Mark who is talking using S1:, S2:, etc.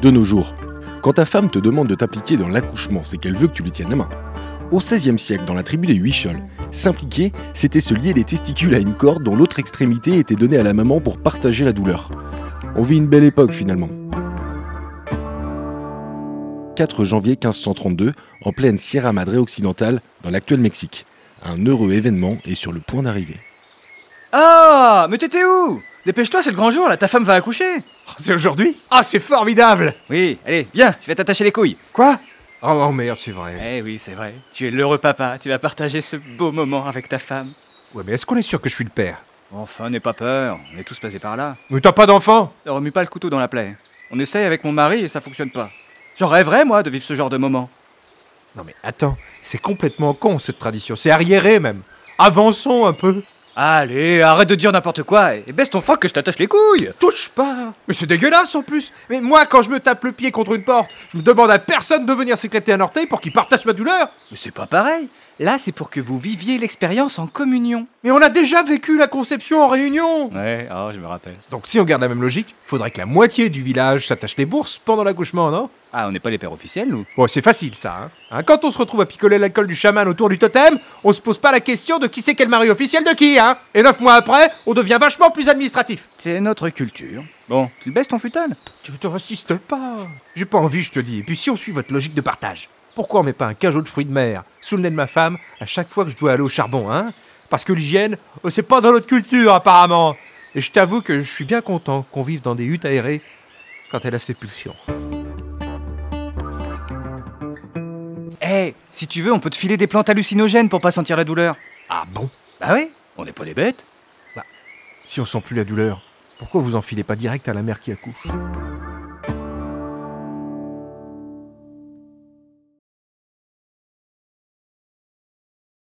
S1: de nos jours. Quand ta femme te demande de t'impliquer dans l'accouchement, c'est qu'elle veut que tu lui tiennes la main. Au XVIe siècle, dans la tribu des Huichols, s'impliquer, c'était se lier les testicules à une corde dont l'autre extrémité était donnée à la maman pour partager la douleur. On vit une belle époque finalement. 4 janvier 1532, en pleine Sierra Madre occidentale, dans l'actuel Mexique. Un heureux événement est sur le point d'arriver.
S2: Ah Mais t'étais où Dépêche-toi, c'est le grand jour là, ta femme va accoucher
S3: C'est aujourd'hui Ah, c'est formidable
S2: Oui, allez, viens, je vais t'attacher les couilles.
S3: Quoi oh, oh, merde, c'est vrai.
S2: Eh oui, c'est vrai. Tu es l'heureux papa, tu vas partager ce beau moment avec ta femme.
S3: Ouais, mais est-ce qu'on est sûr que je suis le père
S2: Enfin, n'aie pas peur, on est tous passés par là.
S3: Mais t'as pas d'enfant
S2: Ne remue pas le couteau dans la plaie. On essaye avec mon mari et ça fonctionne pas. J'en rêverais, moi, de vivre ce genre de moment.
S3: Non mais attends, c'est complètement con cette tradition, c'est arriéré même. Avançons un peu.
S2: Allez, arrête de dire n'importe quoi et et baisse ton froc que je t'attache les couilles
S3: Touche pas Mais c'est dégueulasse en plus Mais moi, quand je me tape le pied contre une porte, je me demande à personne de venir s'éclater un orteil pour qu'il partage ma douleur
S2: Mais c'est pas pareil Là, c'est pour que vous viviez l'expérience en communion.
S3: Mais on a déjà vécu la conception en réunion
S2: Ouais, ah, je me rappelle.
S3: Donc si on garde la même logique, faudrait que la moitié du village s'attache les bourses pendant l'accouchement, non
S2: Ah, on n'est pas les pères officiels, nous
S3: Bon, c'est facile ça, hein. Hein, Quand on se retrouve à picoler l'alcool du chaman autour du totem, on se pose pas la question de qui c'est quel mari officiel de qui, hein Et neuf mois après, on devient vachement plus administratif
S2: C'est notre culture. Bon, tu baisses ton futal
S3: Tu t'insistes pas J'ai pas envie, je te dis. Et puis si on suit votre logique de partage, pourquoi on met pas un cajot de fruits de mer sous le nez de ma femme à chaque fois que je dois aller au charbon, hein Parce que l'hygiène, euh, c'est pas dans notre culture apparemment Et je t'avoue que je suis bien content qu'on vive dans des huttes aérées quand elle a ses pulsions.
S2: Eh, si tu veux, on peut te filer des plantes hallucinogènes pour pas sentir la douleur.
S3: Ah bon
S2: Bah oui, on n'est pas des bêtes.
S3: Si on sent plus la douleur, pourquoi vous enfilez pas direct à la mère qui accouche